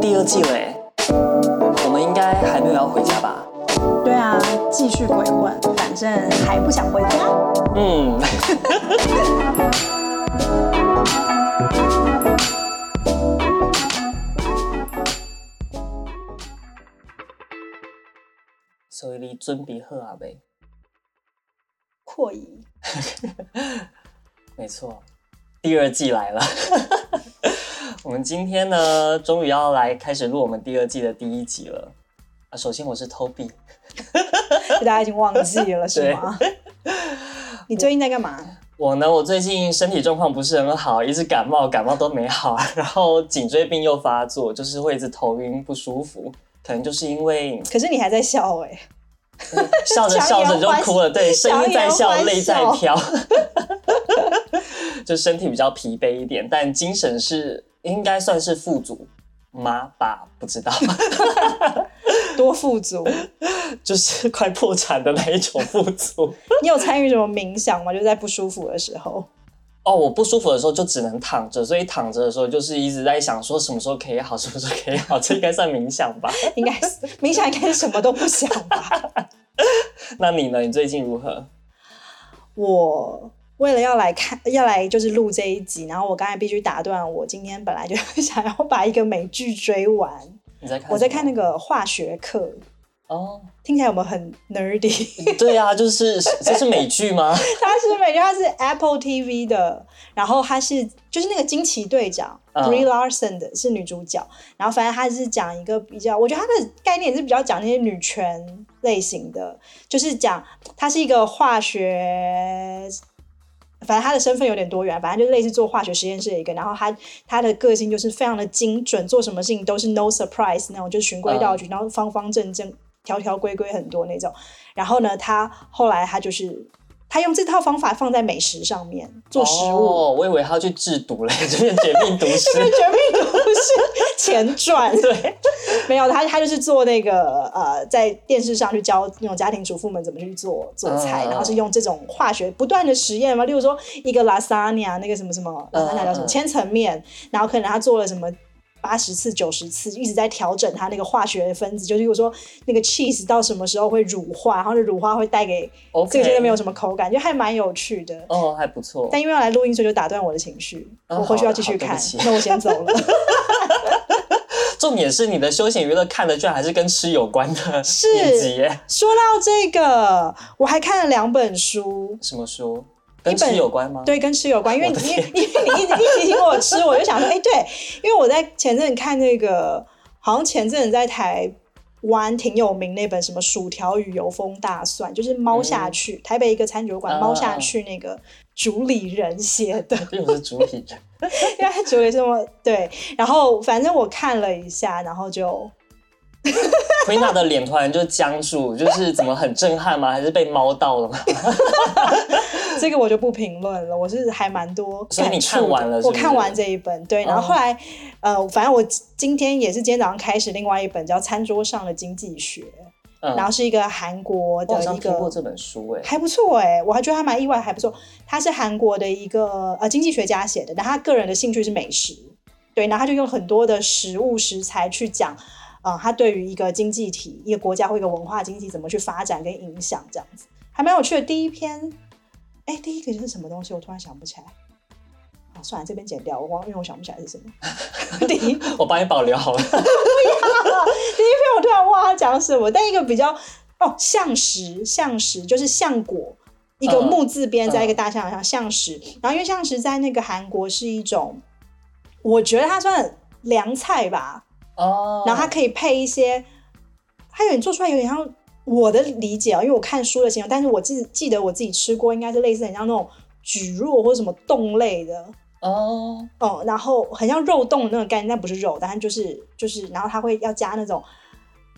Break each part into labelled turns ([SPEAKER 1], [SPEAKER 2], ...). [SPEAKER 1] 第二季了哎，我们应该还没有要回家吧？
[SPEAKER 2] 对啊，继续鬼混，反正还不想回家。
[SPEAKER 1] 嗯， 所以你准备好啊呗？
[SPEAKER 2] 阔姨，
[SPEAKER 1] 没错，第二季来了。 我们今天呢，终于要来开始录我们第二季的第一集了。啊，首先我是 Toby，
[SPEAKER 2] 大家已经忘记了是吗？ 你最近在干嘛？
[SPEAKER 1] 我呢，我最近身体状况不是很好，一直感冒，感冒都没好， 然后颈椎病又发作，就是会一直头晕不舒服，可能就是因 为
[SPEAKER 2] 可是你还在笑哎、
[SPEAKER 1] 笑着笑着就哭了，对，声音在笑，泪在飘， 就身体比较疲惫一点，但精神是应该算是富足妈吧，不知道，
[SPEAKER 2] 多富足！
[SPEAKER 1] 就是快破产的那一种富足。
[SPEAKER 2] 你有参与什么冥想吗？就在不舒服的时候，
[SPEAKER 1] 哦，我不舒服的时候就只能躺着，所以躺着的时候就是一直在想说什么时候可以好，什么时候可以好，这应该算冥想吧？
[SPEAKER 2] 应该是冥想应该是什么都不想吧？
[SPEAKER 1] 那你呢？你最近如何？
[SPEAKER 2] 我为了要来看，要来就是录这一集，然后我刚才必须打断，我今天本来就想要把一个美剧追完，
[SPEAKER 1] 你在看什么？
[SPEAKER 2] 我在看那个化学课，
[SPEAKER 1] 哦，
[SPEAKER 2] 听起来有没有很 nerdy？
[SPEAKER 1] 对啊， 就是这是美剧吗？
[SPEAKER 2] 它是美剧，它是 Apple TV 的，然后它是就是那个惊奇队长、
[SPEAKER 1] 嗯
[SPEAKER 2] Brie Larson 的是女主角，然后反正它是讲一个比较，我觉得它的概念也是比较讲那些女权类型的，就是讲她是一个化学。反正她的身份有点多元，反正就是类似做化学实验室的一个，然后她她的个性就是非常的精准，做什么事情都是 no surprise 那种，就是循规蹈矩，然后方方正正、条条规规很多那种。然后呢，她后来她就是他用这套方法放在美食上面做食物，
[SPEAKER 1] 哦，我以为他要去制毒嘞， 这边绝命毒
[SPEAKER 2] 这
[SPEAKER 1] 师。，
[SPEAKER 2] 绝壁毒是前传
[SPEAKER 1] 对，
[SPEAKER 2] 没有他他就是做那个呃，在电视上去教那种家庭主妇们怎么去做做菜，
[SPEAKER 1] 嗯嗯
[SPEAKER 2] 然后是用这种化学不断的实验嘛，例如说一个 lasagna 那个什么什么
[SPEAKER 1] 嗯
[SPEAKER 2] lasagna 叫什
[SPEAKER 1] 嗯
[SPEAKER 2] 么千层面，然后可能他做了什么。八十次、九十次，一直在调整它那个化学分子，就是如果说那个 cheese 到什么时候会乳化，然后那乳化会带给
[SPEAKER 1] OK
[SPEAKER 2] 这个真的没有什么口感，就还蛮有趣的。
[SPEAKER 1] 哦，还不错。
[SPEAKER 2] 但因为要来录音，所以就打断我的情绪。
[SPEAKER 1] 嗯
[SPEAKER 2] 我回去
[SPEAKER 1] 好
[SPEAKER 2] 要
[SPEAKER 1] 的
[SPEAKER 2] 继续
[SPEAKER 1] 好对不
[SPEAKER 2] 看
[SPEAKER 1] 起，
[SPEAKER 2] 那我先走了。
[SPEAKER 1] 重点是你的休闲娱乐看的居然还是跟吃有关的
[SPEAKER 2] 是
[SPEAKER 1] 影集耶，
[SPEAKER 2] 说到这个，我还看了两本书，
[SPEAKER 1] 什么书？跟
[SPEAKER 2] 一本
[SPEAKER 1] 吃有关吗？
[SPEAKER 2] 对，跟吃有 关，因为
[SPEAKER 1] 我的
[SPEAKER 2] 你因为
[SPEAKER 1] 天
[SPEAKER 2] 因为你一直一直提醒我吃，我就想说，哎、对，因为我在前阵子看那个，好像前阵子在台湾挺有名那本什么《薯条与油封大蒜》，就是猫下
[SPEAKER 1] 嗯
[SPEAKER 2] 去、台北一个餐酒馆
[SPEAKER 1] 啊
[SPEAKER 2] 猫下去那个主理人写的，
[SPEAKER 1] 并不是主体人。
[SPEAKER 2] 因为他主理什么 对，然后反正我看了一下，然后就
[SPEAKER 1] 奎娜的脸突然就僵 住，就是怎么很震撼吗？还是被猫到了吗？
[SPEAKER 2] 这个我就不评论了，我是还蛮多
[SPEAKER 1] 所以你
[SPEAKER 2] 感触的
[SPEAKER 1] 看完了是不是嗯
[SPEAKER 2] 我看完这一本，对，然后后来，呃，反正我今天也是今天早上开始另外一本叫《餐桌上的经济学》，
[SPEAKER 1] 嗯哦
[SPEAKER 2] 然后是一个韩国
[SPEAKER 1] 我好
[SPEAKER 2] 的
[SPEAKER 1] 像
[SPEAKER 2] 一
[SPEAKER 1] 听过
[SPEAKER 2] 个。
[SPEAKER 1] 这本书哎。
[SPEAKER 2] 还不错哎、我还觉得还蛮意外，还不错。他是韩国的一个呃经济学家写的，但他个人的兴趣是美食，对，然后他就用很多的食物食材去讲，呃，他对于一个经济体、一个国家或一个文化经济怎么去发展跟影响这样子，还蛮有趣的。第一篇，哎，第一个是什么东西？我突然想不起来。啊，算了，这边剪掉，我忘，因为我想不起来是什么。 第一
[SPEAKER 1] 我帮你保留好了。
[SPEAKER 2] 我突然忘了他讲什么，但一个比较哦，象石，象石就是象果，一个
[SPEAKER 1] 嗯
[SPEAKER 2] 木字边在
[SPEAKER 1] 嗯
[SPEAKER 2] 一个大象上，象石。然后因为象石在那个韩国是一种，我觉得它算凉菜吧，
[SPEAKER 1] 哦，
[SPEAKER 2] 然后它可以配一些，它有点做出来有点像我的理解啊，因为我看书的形容，但是我记记得我自己吃过，应该是类似很像那种蒟蒻或者什么冻类的，
[SPEAKER 1] 哦，
[SPEAKER 2] 哦，然后很像肉冻的那种概念，但不是肉，但就是就是，然后它会要加那种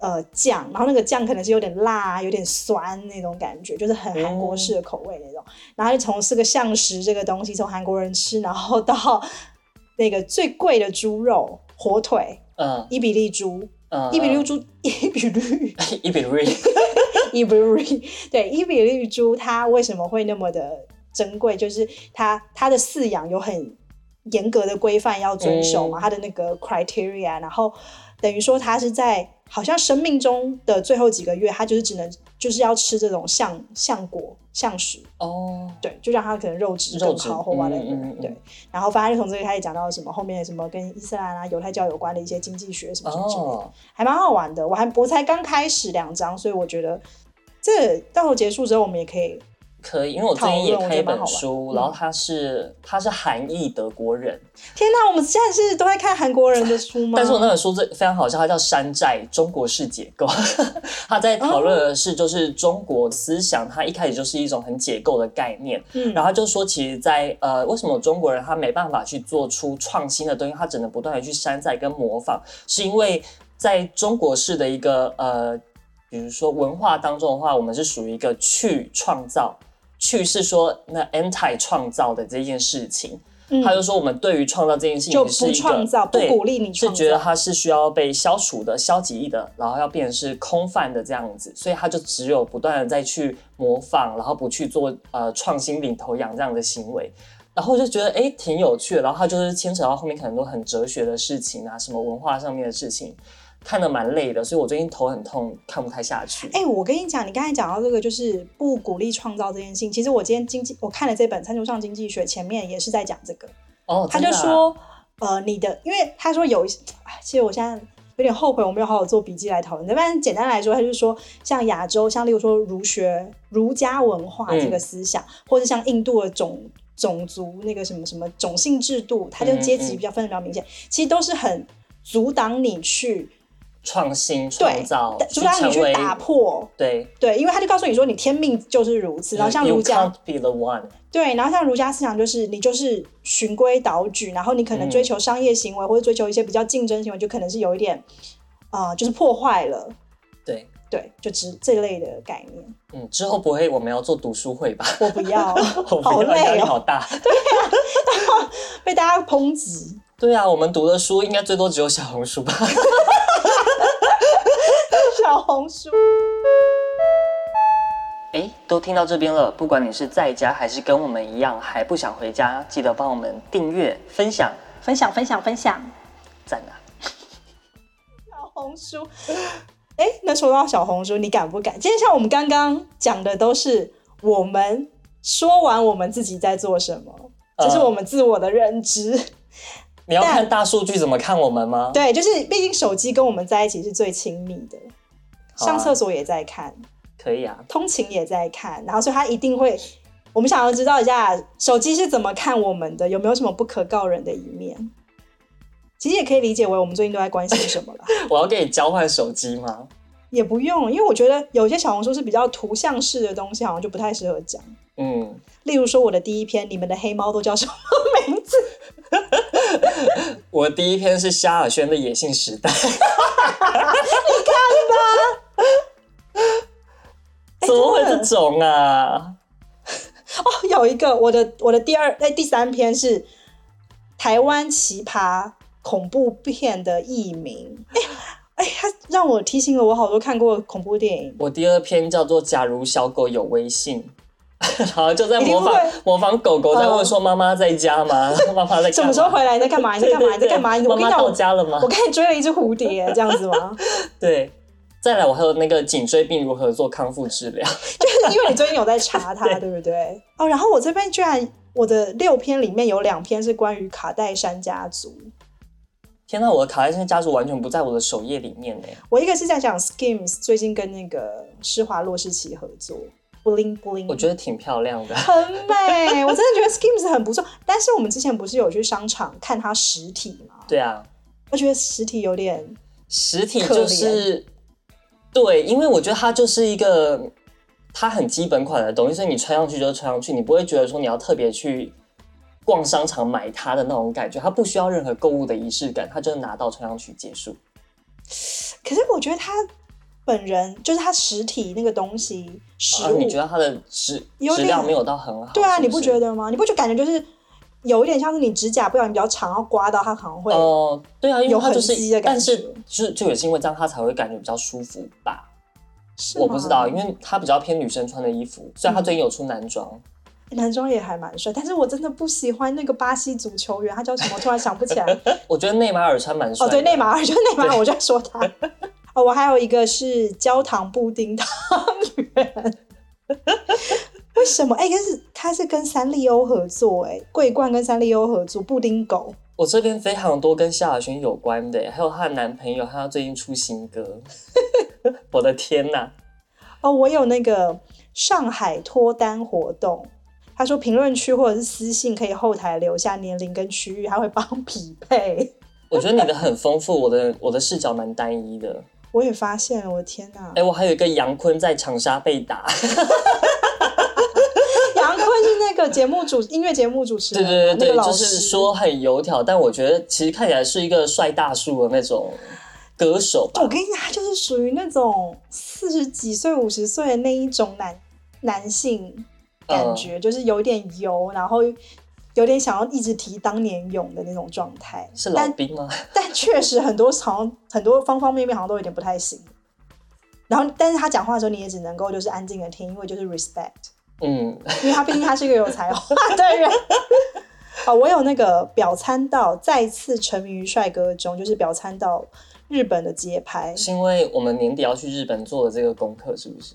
[SPEAKER 2] 呃酱，然后那个酱可能是有点辣、啊有点酸那种感觉，就是很韩国式的口味那种。然后就从这个象食这个东西，从韩国人吃，然后到那个最贵的猪肉火腿
[SPEAKER 1] 嗯
[SPEAKER 2] 伊比利猪，
[SPEAKER 1] 嗯，
[SPEAKER 2] 伊比利猪伊比利。
[SPEAKER 1] 嗯一比六，
[SPEAKER 2] 伊比利，对伊比利猪，它为什么会那么的珍贵？就是它它的
[SPEAKER 1] 嗯
[SPEAKER 2] 饲养有很严格的规范要遵守嘛，它的那个 criteria，然后等于说他是在好像生命中的最后几个月，他就是只能就是要吃这种橡橡果、橡食，
[SPEAKER 1] 哦，
[SPEAKER 2] 对，就让他可能肉质
[SPEAKER 1] 肉
[SPEAKER 2] 更
[SPEAKER 1] 质
[SPEAKER 2] 好或
[SPEAKER 1] 嗯
[SPEAKER 2] whatever，、
[SPEAKER 1] 嗯嗯
[SPEAKER 2] 对。然后反正他就从这里开始讲到什么后面什么跟伊斯兰啊、犹太教有关的一些经济学什么什么之类的，
[SPEAKER 1] 哦，
[SPEAKER 2] 还蛮好玩的。我还我才刚开始两章，所以我觉得这到时候结束之后，我们也可以
[SPEAKER 1] 可以，因为我最近也
[SPEAKER 2] 讨论我觉得
[SPEAKER 1] 看一
[SPEAKER 2] 蛮好
[SPEAKER 1] 本
[SPEAKER 2] 玩
[SPEAKER 1] 书，
[SPEAKER 2] 嗯
[SPEAKER 1] 然后他是他是韩裔德国人，
[SPEAKER 2] 天哪，我们现在是都在看韩国人的书吗？
[SPEAKER 1] 但是我那本书最非常好笑，它叫《山寨中国式解构》， 他在讨论的是就是中国思想，它一开始就是一种很解构的概念，
[SPEAKER 2] 嗯，
[SPEAKER 1] 然后他就说，其实在，呃，为什么中国人他没办法去做出创新的东西，他只能不断的去山寨跟模仿，是因为在中国式的一个呃，比如说文化当中的话，我们是属于一个去创造，去是说那 anti 创造的这件事情，
[SPEAKER 2] 嗯
[SPEAKER 1] 他就说我们对于创造这件事
[SPEAKER 2] 就
[SPEAKER 1] 情是
[SPEAKER 2] 不
[SPEAKER 1] 一个
[SPEAKER 2] 创造，不
[SPEAKER 1] 对
[SPEAKER 2] 鼓励你
[SPEAKER 1] 是
[SPEAKER 2] 创
[SPEAKER 1] 觉得
[SPEAKER 2] 造。
[SPEAKER 1] 它是需要被消除的、消极意的，然后要变成是空泛的这样子，所以他就只有不断的再去模仿，然后不去做呃创新、领头羊这样的行为。然后我就觉得诶挺有趣的，然后他就是牵扯到后面很多很哲学的事情啊，什么文化上面的事情，看得蛮累的，所以我最近头很痛，看不太下去。
[SPEAKER 2] 哎、我跟你讲，你刚才讲到这个，就是不鼓励创造这件事情。其实我今天经济，我看了这本《餐桌上经济学》，前面也是在讲这个。
[SPEAKER 1] 哦，
[SPEAKER 2] 他
[SPEAKER 1] 真的
[SPEAKER 2] 就
[SPEAKER 1] 啊，
[SPEAKER 2] 说，呃，你的，因为他说有一些，哎其实我现在有点后悔我没有好好做笔记来讨论。但简单来说，他就说，像亚洲，像例如说儒学、儒家文化
[SPEAKER 1] 嗯
[SPEAKER 2] 这个思想，或者像印度的种种族那个什么什么种姓制度，它就
[SPEAKER 1] 嗯
[SPEAKER 2] 阶
[SPEAKER 1] 嗯
[SPEAKER 2] 级比较分的比较明显，其实都是很阻挡你去，
[SPEAKER 1] 创新、
[SPEAKER 2] 对
[SPEAKER 1] 创造，
[SPEAKER 2] 阻挡你
[SPEAKER 1] 哦成
[SPEAKER 2] 去
[SPEAKER 1] 为
[SPEAKER 2] 打破。
[SPEAKER 1] 对，
[SPEAKER 2] 对，因为他就告诉你说，你天命就是如此。然后像
[SPEAKER 1] you
[SPEAKER 2] 儒家，
[SPEAKER 1] can't be the one，
[SPEAKER 2] 对，然后像儒家思想就是你就是循规蹈矩，然后你可能追求商业行为、或者追求一些比较竞争行为，就可能是有一点，呃，就是破坏了，
[SPEAKER 1] 对。
[SPEAKER 2] 对，就只这类的概念。
[SPEAKER 1] 嗯，之后不会我们要做读书会吧？
[SPEAKER 2] 我不要
[SPEAKER 1] 我
[SPEAKER 2] 好
[SPEAKER 1] 们压
[SPEAKER 2] 累
[SPEAKER 1] 力
[SPEAKER 2] 哦，
[SPEAKER 1] 好大。
[SPEAKER 2] 被大家抨击。
[SPEAKER 1] 对啊，我们读的书应该最多只有小红书吧？
[SPEAKER 2] 小红书，
[SPEAKER 1] 诶，都听到这边了，不管你是在家还是跟我们一样还不想回家，记得帮我们订阅、分享、
[SPEAKER 3] 分享分享分享，
[SPEAKER 1] 赞啊！
[SPEAKER 2] 小红书，哎，那说到小红书，你敢不敢？今天像我们刚刚讲的都是我们说完我们自己在做什么，这是
[SPEAKER 1] 呃
[SPEAKER 2] 我们自我的认知。
[SPEAKER 1] 你要
[SPEAKER 2] 但
[SPEAKER 1] 看大数据怎么看我们吗？
[SPEAKER 2] 对，就是毕竟手机跟我们在一起是最亲密的，
[SPEAKER 1] 好啊
[SPEAKER 2] 上厕所也在看，
[SPEAKER 1] 可以啊，
[SPEAKER 2] 通勤也在看，然后所以他一定会，我们想要知道一下手机是怎么看我们的，有没有什么不可告人的一面。其实也可以理解为我们最近都在关心什么了，
[SPEAKER 1] 我要跟你交换手机吗？
[SPEAKER 2] 也不用，因为我觉得有些小红书是比较图像式的东西，好像就不太适合讲。
[SPEAKER 1] 嗯，
[SPEAKER 2] 例如说我的第一篇，你们的黑猫都叫什么名字？
[SPEAKER 1] 我第一篇是萧亚轩的《野性 时代》。你看吧。 怎么会这种啊？
[SPEAKER 2] 哦， 有一个我的我的第二哎第三篇是台湾奇葩恐怖片的译名，哎哎，他让我提醒了我好多看过的恐怖电影。
[SPEAKER 1] 我第二篇叫做《假如小狗有微信》， 然后就在模仿
[SPEAKER 2] 一定会
[SPEAKER 1] 模仿狗狗在问说：“妈妈在家吗？ 妈妈在干嘛
[SPEAKER 2] 什么时候回来？你在干嘛？你在
[SPEAKER 1] 对
[SPEAKER 2] 干嘛？
[SPEAKER 1] 对
[SPEAKER 2] 你在
[SPEAKER 1] 对，
[SPEAKER 2] 干嘛？你
[SPEAKER 1] 妈
[SPEAKER 2] 我跟
[SPEAKER 1] 妈
[SPEAKER 2] 你讲，
[SPEAKER 1] 到
[SPEAKER 2] 我
[SPEAKER 1] 家了吗
[SPEAKER 2] 我？看你追了一只蝴蝶，这样子吗？
[SPEAKER 1] 对。再来，我还有那个颈椎病如何做康复治疗，
[SPEAKER 2] 就是因为你最近有在查它，对不对？哦，然后我这边居然我的六篇里面有两篇是关于卡戴珊家族，
[SPEAKER 1] 天呐，我的卡戴珊家族完全不在我的首页里面呢。
[SPEAKER 2] 我一个是在讲 Skims 最近跟那个施华洛世奇合作，bling bling，
[SPEAKER 1] 我觉得挺漂亮的。
[SPEAKER 2] 很美，我真的觉得 Skims 很不错。但是我们之前不是有去商场看它实体吗？
[SPEAKER 1] 对啊，
[SPEAKER 2] 我觉得实体有点，
[SPEAKER 1] 实体就是对，因为我觉得它就是一个它很基本款的东西，所以你穿上去就是穿上去，你不会觉得说你要特别去逛商场买它的那种感觉，它不需要任何购物的仪式感，它就是拿到穿上去结束。
[SPEAKER 2] 可是我觉得它本人就是它实体那个东西
[SPEAKER 1] 啊
[SPEAKER 2] 实，物，
[SPEAKER 1] 你觉得它的质
[SPEAKER 2] 有
[SPEAKER 1] 质量
[SPEAKER 2] 点
[SPEAKER 1] 没有到很好？
[SPEAKER 2] 对啊，
[SPEAKER 1] 是
[SPEAKER 2] 你
[SPEAKER 1] 不
[SPEAKER 2] 不
[SPEAKER 1] 是
[SPEAKER 2] 觉？得吗？你不就感觉就是有一点像是你指甲不小心比较长，然后刮到它，好像会、
[SPEAKER 1] 哦、对啊，因为
[SPEAKER 2] 有
[SPEAKER 1] 它就
[SPEAKER 2] 痕
[SPEAKER 1] 是
[SPEAKER 2] 迹的，感
[SPEAKER 1] 但是
[SPEAKER 2] 觉
[SPEAKER 1] 就就也是因为这样，它才会感觉比较舒服吧。
[SPEAKER 2] 是嗯
[SPEAKER 1] 我不知道，因
[SPEAKER 2] 为
[SPEAKER 1] 为它比较偏女生穿的衣服，虽然它最近有出男装，
[SPEAKER 2] 男装也还蛮帅，但是我真的不喜欢那个巴西足球员，他叫什么？突然想不起来。
[SPEAKER 1] 我觉得内马尔穿蛮帅
[SPEAKER 2] 哦，
[SPEAKER 1] 的。
[SPEAKER 2] 对，内马尔 就是内马尔，
[SPEAKER 1] 对
[SPEAKER 2] 我就在 说他。哦，我还有一个是焦糖布丁汤圆。 为什么？哎、可是他是跟三丽鸥合作、哎，桂冠跟三丽鸥合作，布丁狗。
[SPEAKER 1] 我这边非常多跟萧亚轩有关的耶，还有她的男朋友，还有她最近出新歌。 我的天呐！
[SPEAKER 2] 哦，我有那个上海脱单活动，他说评论区或者是私信可以后台留下年龄跟区域，他会帮匹配。
[SPEAKER 1] 我觉得你的很丰富，我的我的视角蛮单一的。
[SPEAKER 2] 我也发现了，我的天 哪
[SPEAKER 1] 哎、！我还有一个杨坤在长沙被打，
[SPEAKER 2] 杨坤是那个节目主音乐节目主持
[SPEAKER 1] 对
[SPEAKER 2] 人嘛，
[SPEAKER 1] 对对
[SPEAKER 2] 啊那个
[SPEAKER 1] 对，
[SPEAKER 2] 老
[SPEAKER 1] 就
[SPEAKER 2] 师
[SPEAKER 1] 是说很油条，但我觉得其实看起来是一个帅大叔的那种歌手吧。
[SPEAKER 2] 我跟你讲，他就是属于那种四十几岁、五十岁的那一种男男性感觉，就是有点油，然后有点想要一直提当年勇的那种状态。
[SPEAKER 1] 是老
[SPEAKER 2] 但
[SPEAKER 1] 兵吗？
[SPEAKER 2] 但确实很多好像很多方方面面好像都有点不太行。然后，但是他讲话的时候，你也只能够就是安静的听，因为就是 respect，
[SPEAKER 1] 嗯，
[SPEAKER 2] 因为他毕竟他是一个有才华的人。 哦，我有那个表参道再次沉迷于帅哥中，就是表参道日本的街拍，
[SPEAKER 1] 是因为我们年底要去日本做的这个功课，是不是？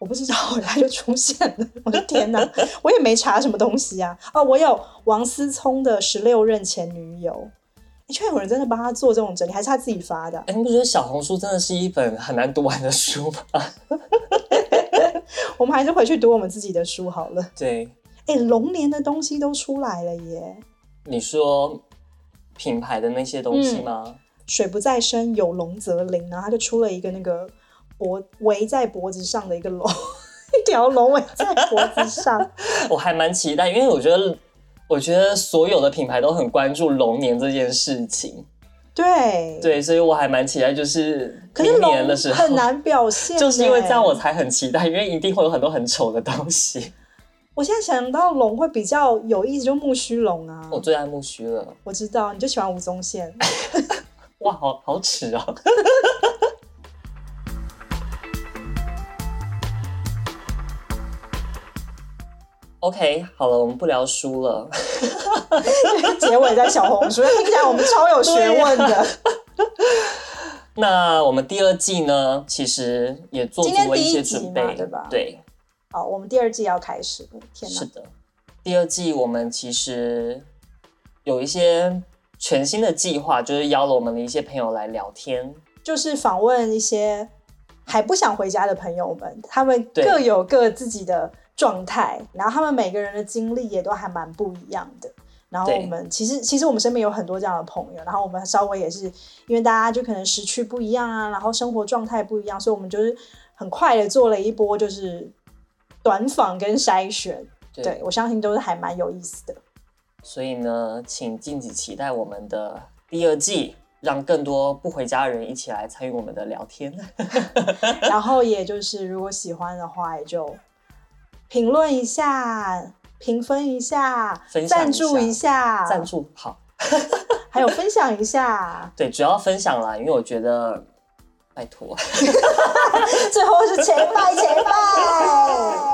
[SPEAKER 2] 我不知道，他就出现了。我的天哪，我也没查什么东西啊。哦，我有王思聪的十六任前女友，诶居然有人真的帮他做这种整理，还是他自己发的啊、
[SPEAKER 1] 哎、你不觉得小红书真的是一本很难读完的书吗？
[SPEAKER 2] 我们还是回去读我们自己的书好了。
[SPEAKER 1] 对，
[SPEAKER 2] 哎，龙年的东西都出来了耶，
[SPEAKER 1] 你说品牌的那些东西吗？
[SPEAKER 2] 水不在深，有龙则灵，然后他就出了一个那个脖围在脖子上的一个龙，一条龙围在脖子上。
[SPEAKER 1] 我还蛮期待，因为我觉得，我觉得所有的品牌都很关注龙年这件事情，
[SPEAKER 2] 对，
[SPEAKER 1] 对，所以我还蛮期待，就是
[SPEAKER 2] 可是
[SPEAKER 1] 明
[SPEAKER 2] 龙
[SPEAKER 1] 年的时候，
[SPEAKER 2] 很难欸 表现，
[SPEAKER 1] 就是因为这样我才很期待，因为一定会有很多很丑的东西。
[SPEAKER 2] 我现在想到龙会比较有意思，就木须龙啊。
[SPEAKER 1] 我最爱木须了，
[SPEAKER 2] 我知道，你就喜欢吴宗宪。
[SPEAKER 1] 哇，好好耻哦！OK，好了，我们不聊书了。
[SPEAKER 2] 结尾在小红书，听起来我们超有学问的。
[SPEAKER 1] 那我们第二季呢，其实也做
[SPEAKER 2] 今天
[SPEAKER 1] 足了
[SPEAKER 2] 第一
[SPEAKER 1] 些
[SPEAKER 2] 集
[SPEAKER 1] 准
[SPEAKER 2] 嘛
[SPEAKER 1] 备，
[SPEAKER 2] 对吧
[SPEAKER 1] 对，
[SPEAKER 2] 好，我们第二季要开始了，天哪
[SPEAKER 1] 是！的，第二季我们其实有一些全新的计划，就是邀了我们的一些朋友来聊天。
[SPEAKER 2] 就是访问一些还不想回家的朋友们，他们
[SPEAKER 1] 对
[SPEAKER 2] 各有各自己的状态，然后他们每个人的经历也都还蛮不一样的。然后
[SPEAKER 1] 对
[SPEAKER 2] 我们其实其实我们身边有很多这样的朋友，然后我们稍微也是因为大家就可能时区不一样啊，然后生活状态不一样，所以我们就是很快的做了一波就是短访跟筛选。
[SPEAKER 1] 对
[SPEAKER 2] 对我相信都是还蛮有意思的。
[SPEAKER 1] 所以呢，请敬请期待我们的第二季，让更多不回家的人一起来参与我们的聊天。
[SPEAKER 2] 然后也就是如果喜欢的话，也就评论一下、评分一下、
[SPEAKER 1] 分享
[SPEAKER 2] 赞
[SPEAKER 1] 一下
[SPEAKER 2] 助一下、
[SPEAKER 1] 赞，助好，。
[SPEAKER 2] 还有分享一 下
[SPEAKER 1] 对，主要分享啦，因为我觉得，拜托。
[SPEAKER 2] 最后是前拜前拜。